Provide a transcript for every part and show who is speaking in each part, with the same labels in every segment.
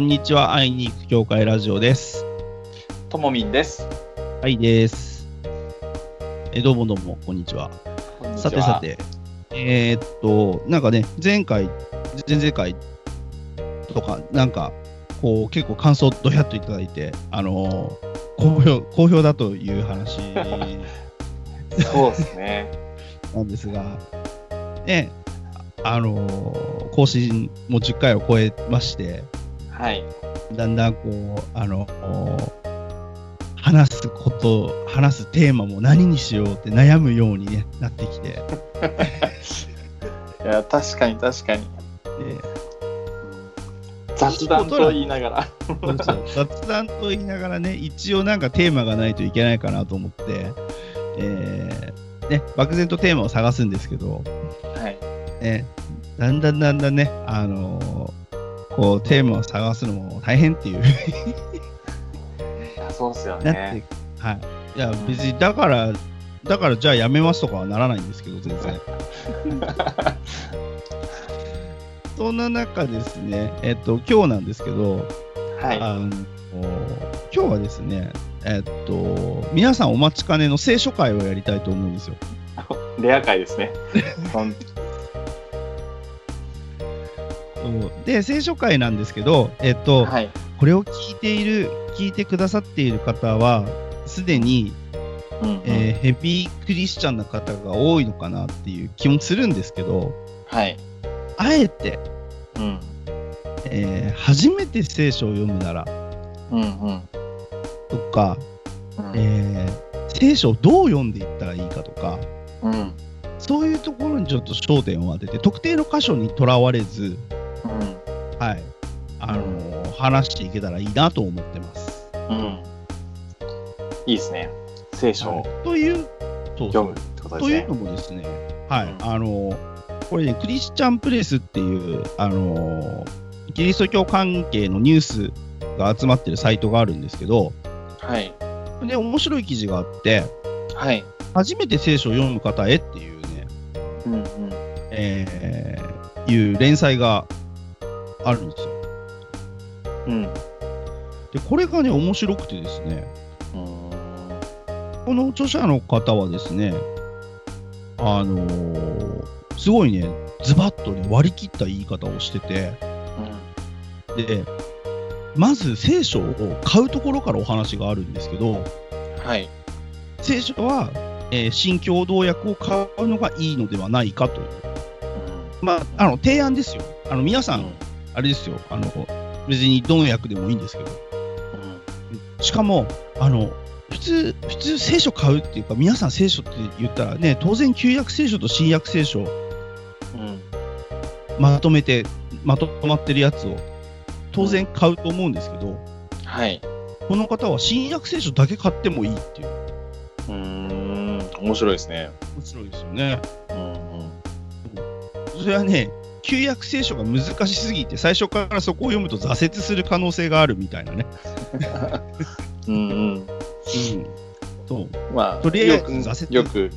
Speaker 1: んちは。会いに行く教会ラジオです。
Speaker 2: ともみんです。
Speaker 1: はいです。えどうもどうも、こんにちは。
Speaker 2: こんにち
Speaker 1: さ
Speaker 2: は
Speaker 1: てさ。て、えーっと、なんかね、前回、前々回とか、なんか、こう、結構感想どやっといただいて、あのー好評、好評だという話
Speaker 2: そうですね。
Speaker 1: なんですが、ね、あのー更新も10回を超えまして、
Speaker 2: はい。
Speaker 1: だんだんこう、あの、話すこと、話すテーマも何にしようって悩むように、ね、なってきて、で
Speaker 2: いや、確かに確かに。雑談と言いながら。
Speaker 1: 雑談と言いながらね、一応なんかテーマがないといけないかなと思って、えーね、漠然とテーマを探すんですけど、
Speaker 2: はい。
Speaker 1: ね、だんだんだんだんね、あのこうテーマを探すのも大変っていう
Speaker 2: いやそうっすよ
Speaker 1: なっ
Speaker 2: ね
Speaker 1: て。、はい。いや、別に、だから、だからじゃあやめますとかはならないんですけど、全然。 そんな中ですね、えっと、今日なんですけど、
Speaker 2: はい。
Speaker 1: あの今日はですね、えっと、皆さんお待ちかねの聖書会をやりたいと思うんですよ。
Speaker 2: レア会ですね。ほん
Speaker 1: そうで、聖書会なんですけど、えっと、
Speaker 2: はい。
Speaker 1: これを聞いている、聞いてくださっている方は、すでに、
Speaker 2: うんうん
Speaker 1: えーヘビークリスチャンな方が多いのかなっていう気もするんですけど、
Speaker 2: はい。
Speaker 1: あえて、
Speaker 2: うん。
Speaker 1: えー初めて聖書を読むなら
Speaker 2: うんうん
Speaker 1: とか、
Speaker 2: うん。
Speaker 1: えー聖書をどう読んでいったらいいかとか
Speaker 2: うんうん。
Speaker 1: そういうところにちょっと焦点を当てて特定の箇所にとらわれず、はいあのー話していけたらいいなと思ってます。
Speaker 2: うん。いいですね。聖書を
Speaker 1: というそう
Speaker 2: 読むってことで
Speaker 1: と
Speaker 2: す
Speaker 1: いう
Speaker 2: ね
Speaker 1: の。もですね、はい
Speaker 2: うん
Speaker 1: あのーこれねクリスチャンプレスっていう、あのーキリスト教関係のニュースが集まってるサイトがあるんですけど
Speaker 2: はい。
Speaker 1: で面白い記事があって
Speaker 2: はい。
Speaker 1: 初めて聖書を読む方へっていうね、
Speaker 2: うんうん。
Speaker 1: えーいう連載があるんですよ。
Speaker 2: うん。う
Speaker 1: で、これがね、面白くてですね、
Speaker 2: ーん
Speaker 1: この著者の方はですね、あのーすごいね、ズバッとね、割り切った言い方をしてて、で、まず聖書を買うところからお話があるんですけど、
Speaker 2: うん。はい。
Speaker 1: 聖書は、えー新共同訳を買うのがいいのではないかという、まあ、あの提案ですよ。あの皆さん、あれですよ、あの別にどの役でもいいんですけど、しかも、あの普通、普通、聖書買うっていうか、皆さん聖書って言ったらね、当然、旧約聖書と新約聖書、
Speaker 2: うん。うん。
Speaker 1: まとめて、まとまってるやつを、当然買うと思うんですけど、
Speaker 2: はい。
Speaker 1: この方は新約聖書だけ買ってもいいっていう、
Speaker 2: うーん。面白いですね。
Speaker 1: 面白いですよね。
Speaker 2: うんうん。
Speaker 1: それはね、旧約聖書が難しすぎて、最初からそこを読むと挫折する可能性があるみたいなね。
Speaker 2: うんうん。
Speaker 1: うん、そう
Speaker 2: まあ、
Speaker 1: とりあえず
Speaker 2: よ
Speaker 1: 挫
Speaker 2: く
Speaker 1: 折
Speaker 2: よく、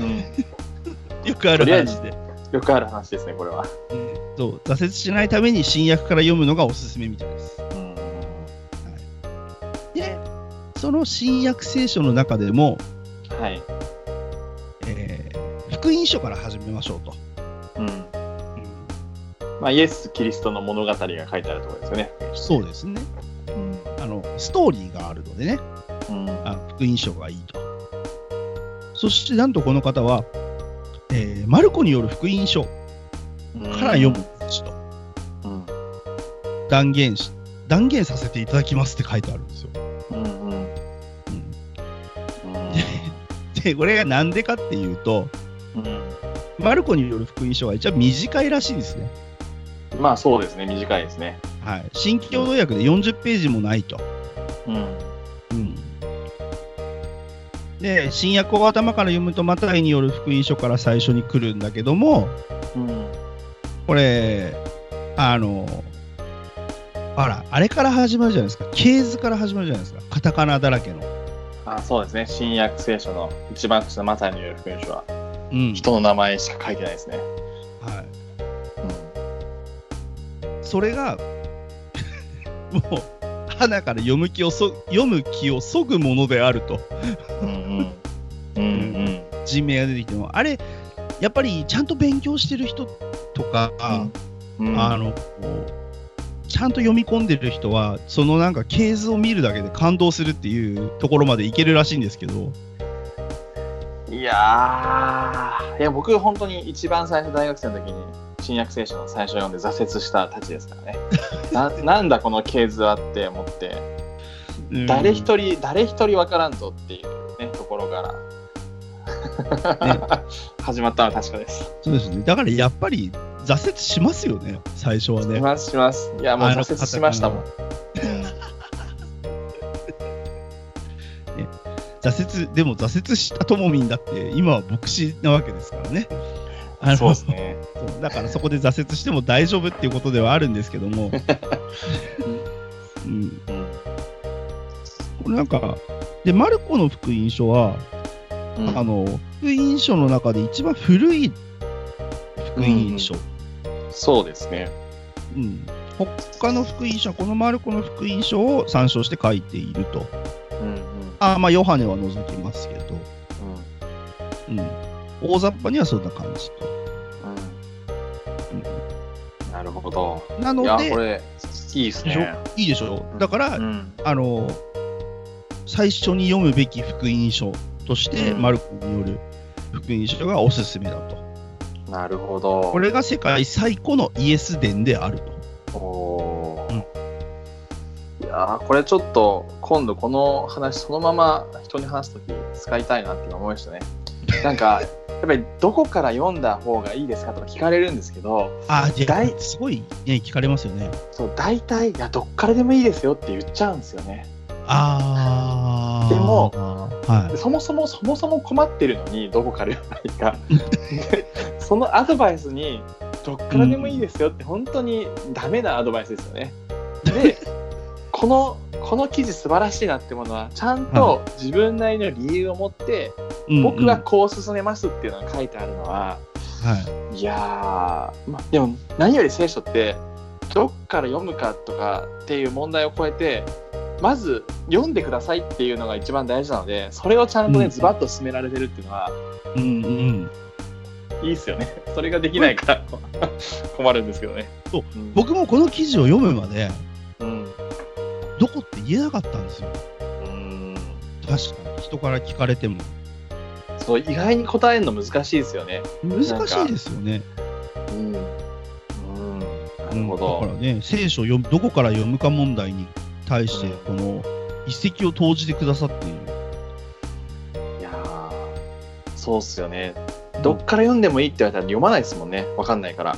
Speaker 2: うん、
Speaker 1: よくある
Speaker 2: とりあえず
Speaker 1: 話で。
Speaker 2: よくある話ですね、これは。
Speaker 1: えーっと挫折しないために新訳から読むのがおすすめみたいです。
Speaker 2: うん
Speaker 1: で、その新約聖書の中でも、
Speaker 2: はい。
Speaker 1: えー福音書から始めましょうと。
Speaker 2: うん。まあ、イエス・キリストの物語が書いてあるところですよね。
Speaker 1: そうですね
Speaker 2: うん。
Speaker 1: あの。ストーリーがあるのでね、
Speaker 2: うん。
Speaker 1: あ福音書がいいと。そして、なんとこの方は、えーマルコによる福音書から読むべしと
Speaker 2: うん。
Speaker 1: 断言し、断言させていただきますって書いてあるんですよ。
Speaker 2: うん。うん。うん。
Speaker 1: で、これがなんでかっていうと、
Speaker 2: うん。
Speaker 1: マルコによる福音書は一応短いらしいですね。
Speaker 2: まあ、そうですね、短いですね。
Speaker 1: はい、新規共同訳で40ページもないと。
Speaker 2: うん。
Speaker 1: で、新約を頭から読むと、マタイによる福音書から最初に来るんだけども、
Speaker 2: うん。
Speaker 1: これ、あの、あら、あれから始まるじゃないですか。系図から始まるじゃないですか。カタカナだらけの。
Speaker 2: あそうですね、新約聖書の一番下のマタイによる福音書は、
Speaker 1: うん
Speaker 2: 人の名前しか書いてないですね。
Speaker 1: はい、それが、 もう、花から読む気をそ、読む気をそぐものであると、
Speaker 2: うんうん。うんうん。
Speaker 1: 人名が出てきても、あれ、やっぱりちゃんと勉強してる人とか、
Speaker 2: うん
Speaker 1: あの、こうちゃんと読み込んでる人は、そのなんか系図を見るだけで感動するっていうところまでいけるらしいんですけど、
Speaker 2: いやー、いや僕、本当に一番最初、大学生の時に、新約聖書の最初読んで挫折したたちで すからね。ななんだこの系図はって思って、
Speaker 1: うん
Speaker 2: 誰一人、誰一人わからんぞっていうね、ところから、 始まったのは確かです。
Speaker 1: そうですね。だからやっぱり挫折しますよね、最初は
Speaker 2: し
Speaker 1: ね。
Speaker 2: ます、します。いや、もう
Speaker 1: あの
Speaker 2: 挫折しましたもん。
Speaker 1: 挫折、でも挫折したともみんだって、今は牧師なわけですからね。あ
Speaker 2: うん
Speaker 1: の
Speaker 2: そうですね。
Speaker 1: そうだからそこで挫折しても大丈夫っていうことではあるんですけども、 うん、
Speaker 2: うん
Speaker 1: これなんかでマルコの福音書は、
Speaker 2: うん
Speaker 1: あの福音書の中で一番古い福音書、
Speaker 2: そうですね。
Speaker 1: うん他の福音書このマルコの福音書を参照して書いていると
Speaker 2: うん
Speaker 1: あまあヨハネは除きますけど、うん、大雑把にはそんな感じと、
Speaker 2: うんなるほど。
Speaker 1: うんないの
Speaker 2: や、こ
Speaker 1: で
Speaker 2: れ、いいですね。
Speaker 1: いいでしょうだから、
Speaker 2: うん
Speaker 1: あの最初に読むべき福音書として、
Speaker 2: うん
Speaker 1: マルコによる福音書がおすすめだと。
Speaker 2: なるほど。
Speaker 1: これが世界最古のイエス伝であると。
Speaker 2: おー
Speaker 1: うん
Speaker 2: いやーこれちょっと今度この話そのまま人に話す時使いたいなって今思い ましたねなんかやっぱりどこから読んだ方がいいですかとか聞かれるんですけど
Speaker 1: あー、じゃ
Speaker 2: 大
Speaker 1: あ、すごい、ね、聞かれますよね。
Speaker 2: そう大体いやどっからでもいいですよって言っちゃうんですよね
Speaker 1: ああ。
Speaker 2: でも
Speaker 1: は
Speaker 2: でそもそもそもそも困ってるのにどこから読めばいい かでそのアドバイスにどっからでもいいですよって本当にダメなアドバイスですよね。 でこのこの記事素晴らしいなってものはちゃんと自分なりの理由を持って
Speaker 1: い。うん
Speaker 2: 僕は
Speaker 1: うん
Speaker 2: こう進めますっていうのが書いてあるのは、
Speaker 1: はい
Speaker 2: やー、まあ、でも何より聖書ってどっから読むかとかっていう問題を超えてまず読んでくださいっていうのが一番大事なのでそれをちゃんとね、
Speaker 1: うん。
Speaker 2: ズバッと進められてるっていうのはい
Speaker 1: うんうん。
Speaker 2: いいっすよねそれができないから 困るんですけどね
Speaker 1: そう
Speaker 2: うん、
Speaker 1: 僕もこの記事を読むまで、
Speaker 2: うん、う
Speaker 1: どこって言えなかったんですよ。
Speaker 2: ーん
Speaker 1: 確かに、人から聞かれても。
Speaker 2: そう意外に答えるの難しいですよね
Speaker 1: 難しいですよね。
Speaker 2: うん、うん、なるほ
Speaker 1: うん
Speaker 2: ど
Speaker 1: だからね、聖書を読むどこから読むか問題に対して
Speaker 2: うん、
Speaker 1: この一石を投じてくださっている。
Speaker 2: いやーそうっすよねどっから読んでもいいって言われたら読まないですもんねわかんない から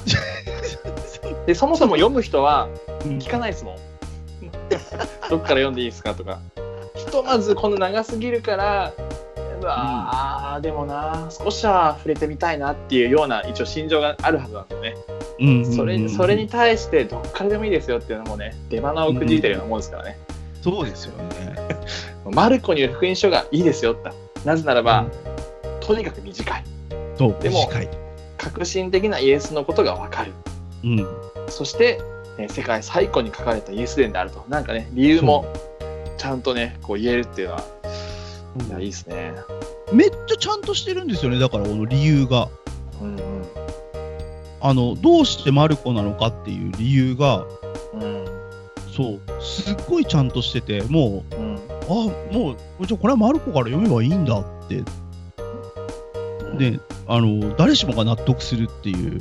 Speaker 2: でそもそも読む人は
Speaker 1: うん
Speaker 2: 聞かない ですもんどっから読んでいいですかとかひとまずこの長すぎるからうわー、でもな少しは触れてみたいなっていうような一応心情があるはずなんですよね
Speaker 1: うんうんうんうん
Speaker 2: それそれに対してどっからでもいいですよっていうのもね出花をくじいてるようなもんですからね、
Speaker 1: そうですよね。
Speaker 2: マルコによる福音書がいいですよってなぜならば、とにかく短い
Speaker 1: うん、そう、
Speaker 2: でも
Speaker 1: 短い。
Speaker 2: 革新的なイエスのことがわかる
Speaker 1: うん。
Speaker 2: そして、えー世界最古に書かれたイエス伝であると。なんかね、理由もちゃんとね、こう言えるっていうのは、いやいいですね。
Speaker 1: めっちゃちゃんとしてるんですよね、だからこの理由が。
Speaker 2: うんうん。
Speaker 1: あの、どうしてマルコなのかっていう理由が、
Speaker 2: うん
Speaker 1: そう、すっごいちゃんとしてて、もう、
Speaker 2: うん
Speaker 1: あ、もう、じゃあこれはマルコから読めばいいんだって、
Speaker 2: うん
Speaker 1: ね、あの、誰しもが納得するっていう。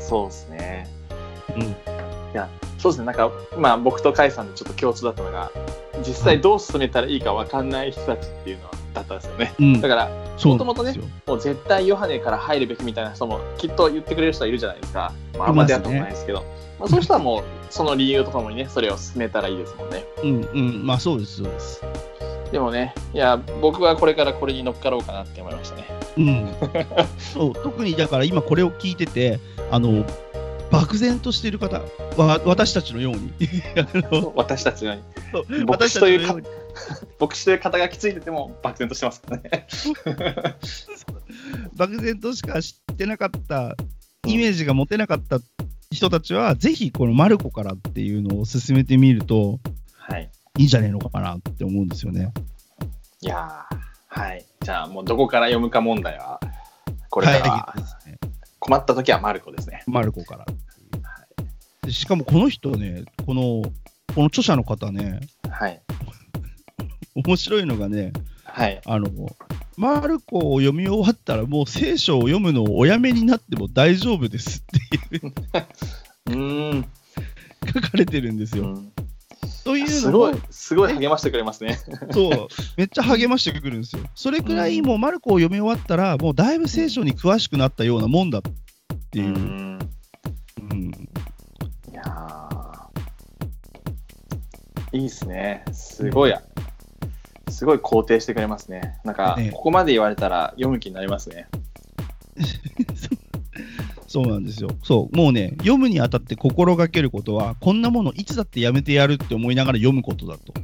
Speaker 2: そうですね。
Speaker 1: うん
Speaker 2: そうですね。なんか、まあ僕と甲斐さんでちょっと共通だったのが、実際どう進めたらいいか分かんない人たちっていうのだったんですよね。
Speaker 1: うん
Speaker 2: だ、から、
Speaker 1: そう
Speaker 2: もともとね
Speaker 1: なんですよ
Speaker 2: もう絶対ヨハネから入るべきみたいな人もきっと言ってくれる人はいるじゃないですか。まあ、あんま出会ったことないですけど。まあ、そういう人はもう、その理由とともにね、それを進めたらいいですもんね。
Speaker 1: うんうん、まあそうです、そうです。
Speaker 2: でもね、いや、僕はこれからこれに乗っかろうかなって思いましたね。
Speaker 1: うん、そう特にだから今これを聞いててあの漠然としている方わ私たちのよう に
Speaker 2: 私たちのよ
Speaker 1: そう
Speaker 2: うに。牧
Speaker 1: 私たち
Speaker 2: 師と
Speaker 1: の
Speaker 2: いう
Speaker 1: よ
Speaker 2: か
Speaker 1: うに、
Speaker 2: 牧師という肩書きついてても漠然としてますからね。
Speaker 1: 漠然としか知ってなかったイメージが持てなかった人たちは、ぜひこのマルコからっていうのを進めてみると、
Speaker 2: はい。
Speaker 1: いいんじゃねえのかなって思うんですよね。
Speaker 2: いやーはい。じゃあ、もうどこから読むか問題は、これからは
Speaker 1: はいですね
Speaker 2: 困った時はマルコですね。
Speaker 1: マルコからでしかもこの人ね、この、この著者の方ね、
Speaker 2: はい。
Speaker 1: 面白いのがね、
Speaker 2: はい。
Speaker 1: あの、マルコを読み終わったらもう聖書を読むのをおやめになっても大丈夫ですっ
Speaker 2: うーん。
Speaker 1: て書かれてるんですよ。という
Speaker 2: す
Speaker 1: の
Speaker 2: ご
Speaker 1: を
Speaker 2: い、すごい励ましてくれますね。
Speaker 1: そう、めっちゃ励ましてくるんですよ。それくらいもうマルコを読み終わったら、もうだいぶ聖書に詳しくなったようなもんだって
Speaker 2: う
Speaker 1: いう。
Speaker 2: ん。
Speaker 1: うん
Speaker 2: いやーいいですね。すごい、すごい肯定してくれますね。なんか、
Speaker 1: ね
Speaker 2: ここまで言われたら読む気になりますね。
Speaker 1: そうなんですよ。そう、もうね、読むにあたって心がけることは、こんなものいつだってやめてやるって思いながら読むことだと。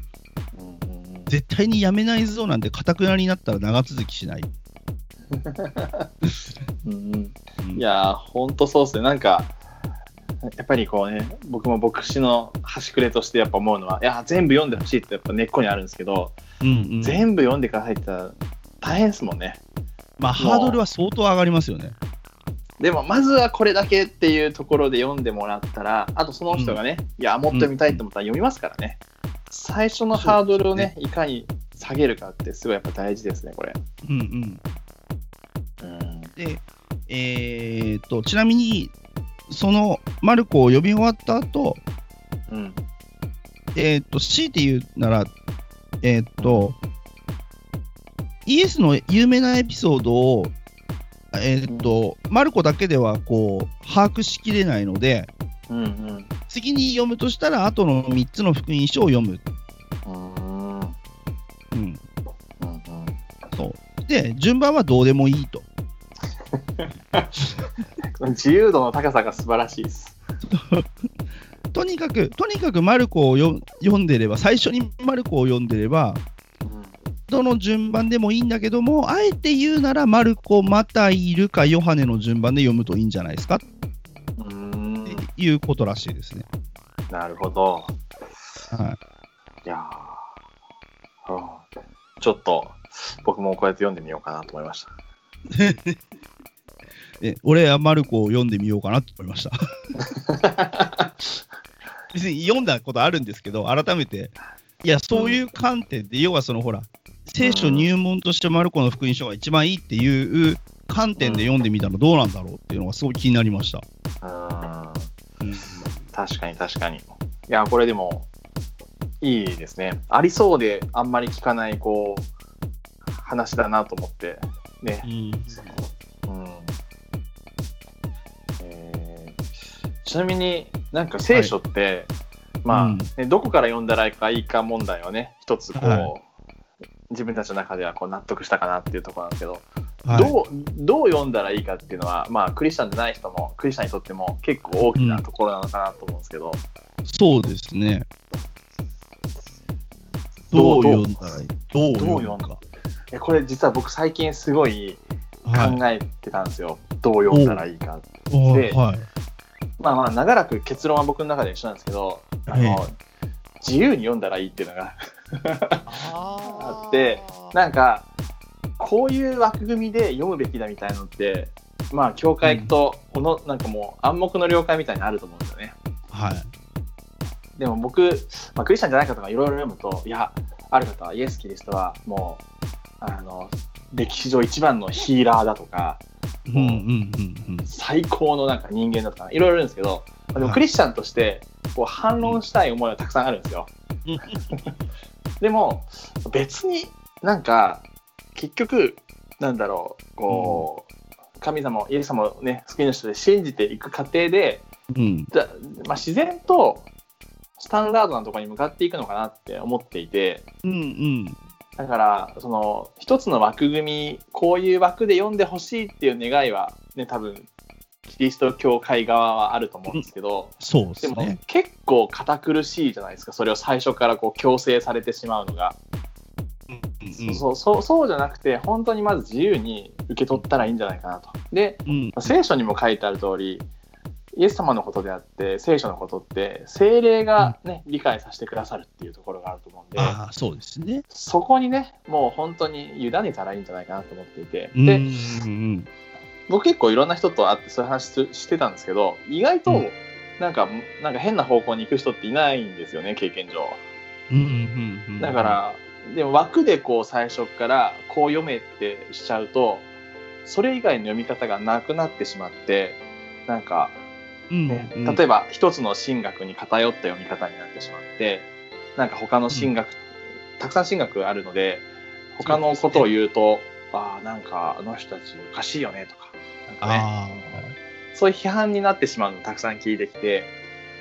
Speaker 2: うんうんうん
Speaker 1: 絶対にやめないぞなんて、かたくなになったら長続きしない。
Speaker 2: う
Speaker 1: う
Speaker 2: んうんんいやー、ほんとそうですね。なんか、やっぱりこうね、僕も牧師の端くれとしてやっぱ思うのは、いやー、全部読んでほしいってやっぱ根っこにあるんですけど、
Speaker 1: うんうん、
Speaker 2: 全部読んでくださいって言ったら大変ですもんね。
Speaker 1: まあ、ハードルは相当上がりますよね。
Speaker 2: でもまずはこれだけっていうところで読んでもらったらあとその人がね、いやもっと読みたいと思ったら読みますからね、最初のハードルをねいかに下げるかってすごいやっぱ大事ですねこれ
Speaker 1: うんうん、
Speaker 2: うん
Speaker 1: で、えー、っと、ちなみに、そのマルコを読み終わった後、
Speaker 2: うん
Speaker 1: えー、っと、強いて言うなら、えー、っと、イエスの有名なエピソードを、えー、っと、マルコだけではこう、把握しきれないので、
Speaker 2: うんうん
Speaker 1: 次に読むとしたら、後の3つの福音書を読む。
Speaker 2: うんう
Speaker 1: うん。
Speaker 2: んうん
Speaker 1: そう。で、順番はどうでもいいと。
Speaker 2: その自由度の高さが素晴らしいです
Speaker 1: とにかく、とにかくマルコをよ読んでれば、最初にマルコを読んでれば、どの順番でもいいんだけども、あえて言うなら、マルコ、マタイ、ルカ、ヨハネの順番で読むといいんじゃないですかっ
Speaker 2: うん、うん
Speaker 1: ていうことらしいですね。
Speaker 2: なるほど
Speaker 1: はい
Speaker 2: やーうんちょっと僕もこうやって読んでみようかなと思いました
Speaker 1: い、え俺はマルコを読んでみようかなと思いました。別に読んだことあるんですけど、改めて、いや、そういう観点で、要はそのほら、聖書入門としてマルコの福音書が一番いいっていう観点で読んでみたらどうなんだろうっていうのがすごい気になりました。
Speaker 2: うん
Speaker 1: うん
Speaker 2: 確かに確かに。いや、これでも、いいですね。ありそうで、あんまり聞かない、こう、話だなと思って。ね。うん。えーちなみになんか聖書って、まあ、
Speaker 1: うん
Speaker 2: ねどこから読んだらいいかいいか問題はね、一つこう、
Speaker 1: は
Speaker 2: 自分たちの中ではこう納得したかなっていうところなんですけど、
Speaker 1: はい
Speaker 2: どうどう読んだらいいかっていうのは、まあ、クリスチャンでない人もクリスチャンにとっても結構大きなところなのかなと思うんですけど、
Speaker 1: そうですね。ど
Speaker 2: ど
Speaker 1: う
Speaker 2: う
Speaker 1: 読んだらいいどう読むか。
Speaker 2: えこれ実は僕最近すごい
Speaker 1: はい
Speaker 2: 考えてたんですよ、どう読んだらいいか
Speaker 1: お
Speaker 2: で
Speaker 1: ーはい。
Speaker 2: まあまあ長らく結論は僕の中で一緒なんですけどあの、
Speaker 1: ええ
Speaker 2: 自由に読んだらいいっていうのが
Speaker 1: あ
Speaker 2: ーってなんかこういう枠組みで読むべきだみたいのってまあ教会行くとこの、なんかもう暗黙の了解みたいにあると思うんですよね
Speaker 1: はい。
Speaker 2: でも僕、まあ、クリスチャンじゃない方がいろいろ読むといやある方はイエス・キリストはもうあの歴史上一番のヒーラーだとか
Speaker 1: うんうんうんうん。
Speaker 2: 最高のなんか人間だとかいろいろあるんですけどでも
Speaker 1: はい
Speaker 2: クリスチャンとしてこう反論したい思いはたくさんあるんですよ
Speaker 1: うん。
Speaker 2: でも別になんか結局なんだろうこう神様をイエス様をね救い主として信じていく過程で
Speaker 1: うん。
Speaker 2: だ、まあ、自然とスタンダードなところに向かっていくのかなって思っていて
Speaker 1: うん
Speaker 2: だからその一つの枠組みこういう枠で読んでほしいっていう願いはね多分キリスト教会側はあると思うんですけど、
Speaker 1: そうで
Speaker 2: ですも
Speaker 1: ね。
Speaker 2: 結構堅苦しいじゃないですかそれを最初からこう強制されてしまうのが、
Speaker 1: うん
Speaker 2: そうそうそうじゃなくて本当にまず自由に受け取ったらいいんじゃないかなと。で
Speaker 1: うん
Speaker 2: 聖書にも書いてある通りイエス様のことであって聖書のことって精霊が、ね理解させてくださるっていうところがあると思うんで
Speaker 1: ああ、そうですね。
Speaker 2: そこにねもう本当に委ねたらいいんじゃないかなと思っていて、
Speaker 1: うんう
Speaker 2: で
Speaker 1: ん
Speaker 2: 僕結構いろんな人と会ってそういう話ししてたんですけど意外と、
Speaker 1: うん
Speaker 2: なんかなんか変な方向に行く人っていないんですよね経験上。
Speaker 1: うんうんうんうん
Speaker 2: だから、でも枠でこう最初からこう読めってしちゃうとそれ以外の読み方がなくなってしまってなんか、
Speaker 1: うん
Speaker 2: ね
Speaker 1: うん、
Speaker 2: 例えば一つの神学に偏った読み方になってしまってなんか他の神学、たくさん神学あるので他のことを言うと、ああなんかあの人たちおかしいよねとかなんか、ね、
Speaker 1: あ
Speaker 2: そういう批判になってしまうのをたくさん聞いてきて。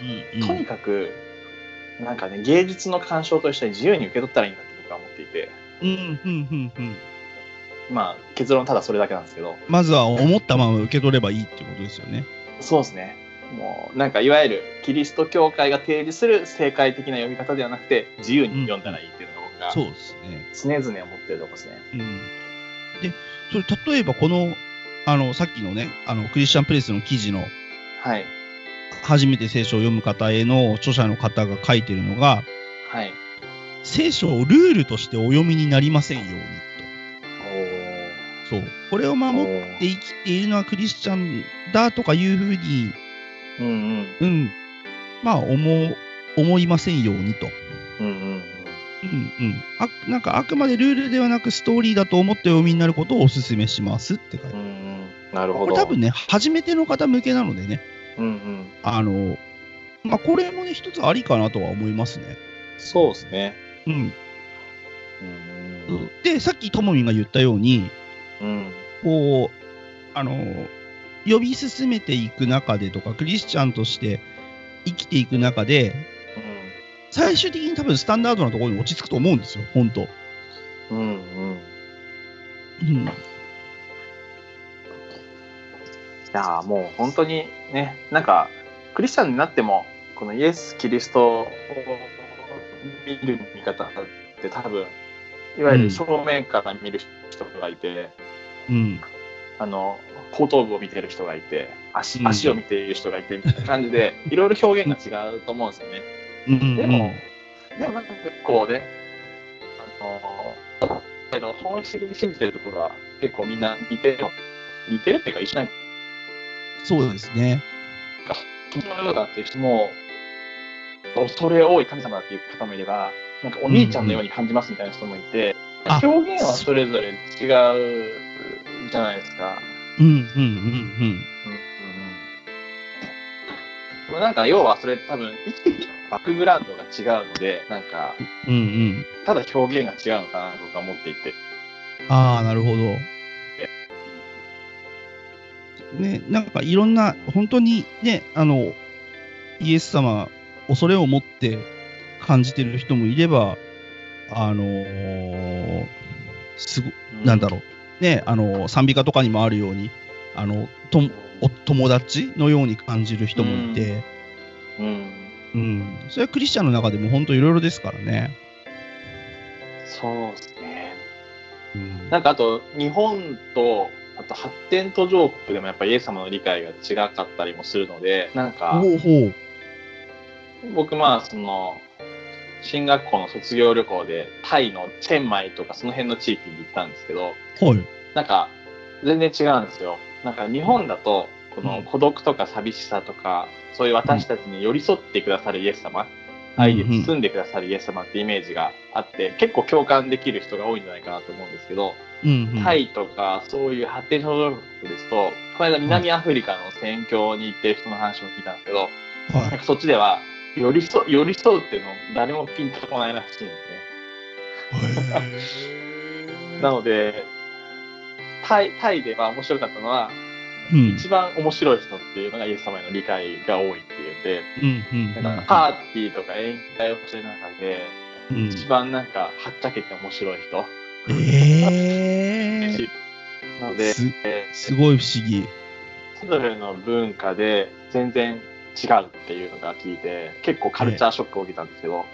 Speaker 1: ーうんうん
Speaker 2: とにかく、なんかね、芸術の鑑賞と一緒に自由に受け取ったらいいんだって僕は思っていて、
Speaker 1: うんうんうんうん
Speaker 2: まあ結論ただそれだけなんですけど、
Speaker 1: まずは思ったまま受け取ればいいってことですよね。
Speaker 2: そうですね。もうなんかいわゆるキリスト教会が提示する正解的な読み方ではなくて、自由に読んだらいいっていうのが
Speaker 1: そうですね。
Speaker 2: 僕が常々思ってるとこですね。
Speaker 1: うん、で、それ例えばこの、あの、さっきのね、あの、クリスチャンプレスの記事の、
Speaker 2: はい。
Speaker 1: 初めて聖書を読む方への著者の方が書いてるのが、
Speaker 2: はい。
Speaker 1: 聖書をルールとしてお読みになりませんようにと。そう。これを守って
Speaker 2: おー
Speaker 1: 生きているのはクリスチャンだとかいうふうに、
Speaker 2: うんうん。
Speaker 1: うん、まあ、思う、思いませんようにと。
Speaker 2: うんうん
Speaker 1: うんうん。あ、なんかあくまでルールではなくストーリーだと思ってお読みになることをお勧めしますって書いてあ
Speaker 2: う
Speaker 1: る。
Speaker 2: ん。うんうん。なるほ
Speaker 1: こ
Speaker 2: ど。
Speaker 1: れ多分ね、初めての方向けなのでね、
Speaker 2: うんうん。
Speaker 1: あの、まあ、これもね、一つありかなとは思いますね。
Speaker 2: そうですね。
Speaker 1: うん。
Speaker 2: うん
Speaker 1: で、さっきともみんが言ったように、
Speaker 2: うん。
Speaker 1: こう、あの、呼び進めていく中でとか、クリスチャンとして生きていく中で、最終的に多分スタンダードなところに落ち着くと思うんですよ、本当。
Speaker 2: うん。うんうん。
Speaker 1: うん。
Speaker 2: いやーもう本当にねなんかクリスチャンになってもこのイエス・キリストを見る見方って多分いわ
Speaker 1: う
Speaker 2: ゆ
Speaker 1: ん
Speaker 2: る正面から見る人がいて、
Speaker 1: うん。
Speaker 2: あの後頭部を見てる人がいて足
Speaker 1: うん
Speaker 2: 足を見ている人がいてみたいな感じ で、いろいろ表現が違うと思うんですよね。
Speaker 1: うん。
Speaker 2: でも、でもなんか結構ね、あのあの本質的に信じてるところは結構みんな似てる似てるっていうか一緒なん
Speaker 1: そうですね。
Speaker 2: そのようだっていう人も、恐れ多い神様だっていう方もいれば、なんかお兄ちゃんのように感じますみたいな人もいて、
Speaker 1: うんあ
Speaker 2: 表現はそれぞれ違うじゃないですか。
Speaker 1: うん、うん、うん、
Speaker 2: うんうんでもなんか要はそれ多分生きてきたバックグラウンドが違うので、なんか
Speaker 1: うん。うん、うん。
Speaker 2: ただ表現が違うのかなと僕は思っていて。
Speaker 1: ああ、なるほど。ね、なんかいろんな、本当にね、あの、イエス様、恐れを持って感じてる人もいれば、あのーすご、なんだろう、ね、あの、賛美歌とかにもあるように、あの、ともお友達のように感じる人もいて、
Speaker 2: うん。うん。
Speaker 1: うん、それはクリスチャンの中でも本当いろいろですからね。
Speaker 2: そうですね。
Speaker 1: うん
Speaker 2: なんかあと日本とあと発展途上国でもやっぱりイエス様の理解が違かったりもするのでなんか
Speaker 1: ほうほう。
Speaker 2: 僕まあその進学校の卒業旅行でタイのチェンマイとかその辺の地域に行ったんですけど
Speaker 1: はい。
Speaker 2: なんか全然違うんですよなんか日本だと
Speaker 1: う
Speaker 2: こ
Speaker 1: ん
Speaker 2: の孤独とか寂しさとかそういう私たちに寄り添ってくださるイエス様愛で包んでくださるイエス様ってイメージがあって結構共感できる人が多いんじゃないかなと思うんですけど
Speaker 1: うん、うん。
Speaker 2: タイとかそういう発展途上国ですと、この間南アフリカの宣教に行ってる人の話を聞いたんですけど、
Speaker 1: は
Speaker 2: ないんかそっちでは寄り添寄り添うっていうの誰もピンとこないらしいんですね。なので、タイタイでは面白かったのは、
Speaker 1: うん
Speaker 2: 一番面白い人っていうのがイエス様への理解が多いっていうので、
Speaker 1: うんうんうん
Speaker 2: なんかパーティーとか宴会をしてる中で、
Speaker 1: うん
Speaker 2: 一番なんかはっちゃけて面白い人。
Speaker 1: え
Speaker 2: なの
Speaker 1: ー、
Speaker 2: で、
Speaker 1: す
Speaker 2: えー
Speaker 1: すごい不思議。
Speaker 2: それぞれの文化で全然違うっていうのが聞いて結構カルチャーショックを受けたんですけど、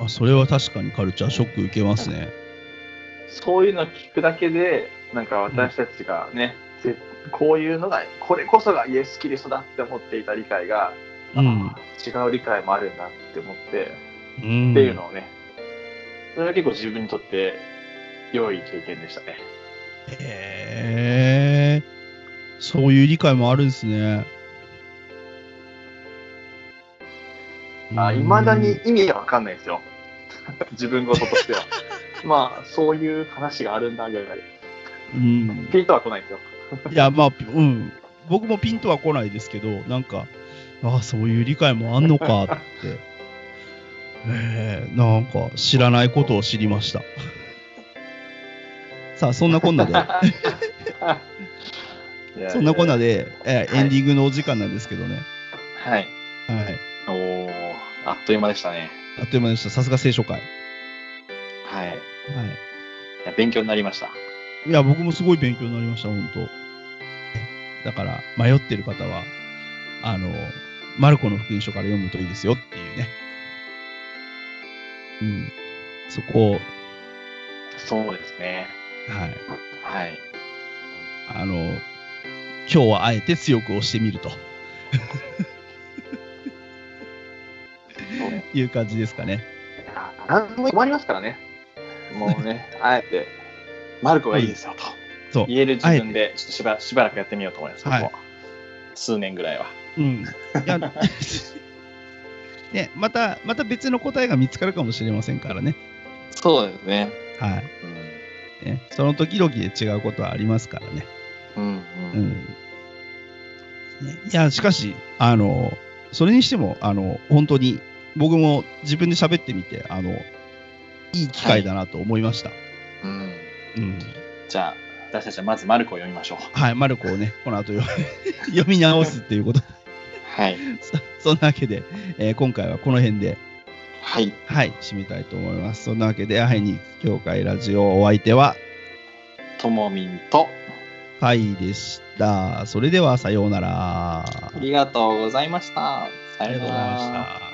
Speaker 1: あそれは確かにカルチャーショック受けますね。
Speaker 2: そういうの聞くだけでなんか私たちがね、ぜこういうのがこれこそがイエス・キリストだって思っていた理解が、
Speaker 1: うん。
Speaker 2: 違う理解もあるんだって思って、
Speaker 1: うん。
Speaker 2: っていうのをねそれは結構自分にとって良い経験でしたね
Speaker 1: へえ。そういう理解もあるんですね。
Speaker 2: あ未だに意味が分かんないですよ 自分事としては まあそういう話があるんだぐらい
Speaker 1: うん。うん。
Speaker 2: ピンとは来ないんですよ
Speaker 1: いや、まあ、うん。僕もピンとは来ないですけど、なんか、ああ、そういう理解もあんのかって。ええなんか、知らないことを知りました。さあ、そんなこんなで、
Speaker 2: いや
Speaker 1: そんなこんないで、えー
Speaker 2: は
Speaker 1: エ
Speaker 2: い
Speaker 1: ンディングのお時間なんですけどね。
Speaker 2: やはい
Speaker 1: はい。
Speaker 2: おーあっという間でしたね
Speaker 1: あっという間でした。さすが聖書会。は
Speaker 2: はいいや勉強になりました
Speaker 1: い。いや、僕もすごい勉強になりました、本当。だから、迷ってる方は、あの、マルコの福音書から読むといいですよっていうね。うん。そこを、
Speaker 2: そうですね
Speaker 1: はい。
Speaker 2: はい
Speaker 1: あの、今日はあえて強く押してみると
Speaker 2: そうね
Speaker 1: いう感じですかね。
Speaker 2: あ何でも困りますからね。もう ね、あえて、マルコがいいですよと
Speaker 1: そう。
Speaker 2: 言える自分で、ちょっとしばしばらくやってみようと思います、
Speaker 1: はい
Speaker 2: 僕も数年ぐらいは。
Speaker 1: うん。いや ね、また、また別の答えが見つかるかもしれませんからね。
Speaker 2: そうですね。
Speaker 1: はい。ね、その時々で違うことはありますからね。
Speaker 2: うん。う
Speaker 1: う
Speaker 2: んうん
Speaker 1: ん。ねいや、しかし、あの、それにしても、あの、本当に、僕も自分で喋ってみて、あの、いい機会だなと思いました。
Speaker 2: うん
Speaker 1: うん。
Speaker 2: じゃあ、私たちはまずマルコを読みましょう。
Speaker 1: はい、マルコをね、この後読 読み直すっていうこと。
Speaker 2: はい。
Speaker 1: そそんなわけで、えー今回はこの辺で、
Speaker 2: はい。
Speaker 1: はい、締めたいと思います。そんなわけで、会いに行く教会ラジオ、お相手は、
Speaker 2: ともみんと、
Speaker 1: カイでした。それでは、さようなら。あ
Speaker 2: ありがとうございました。さ
Speaker 1: りがとうございました。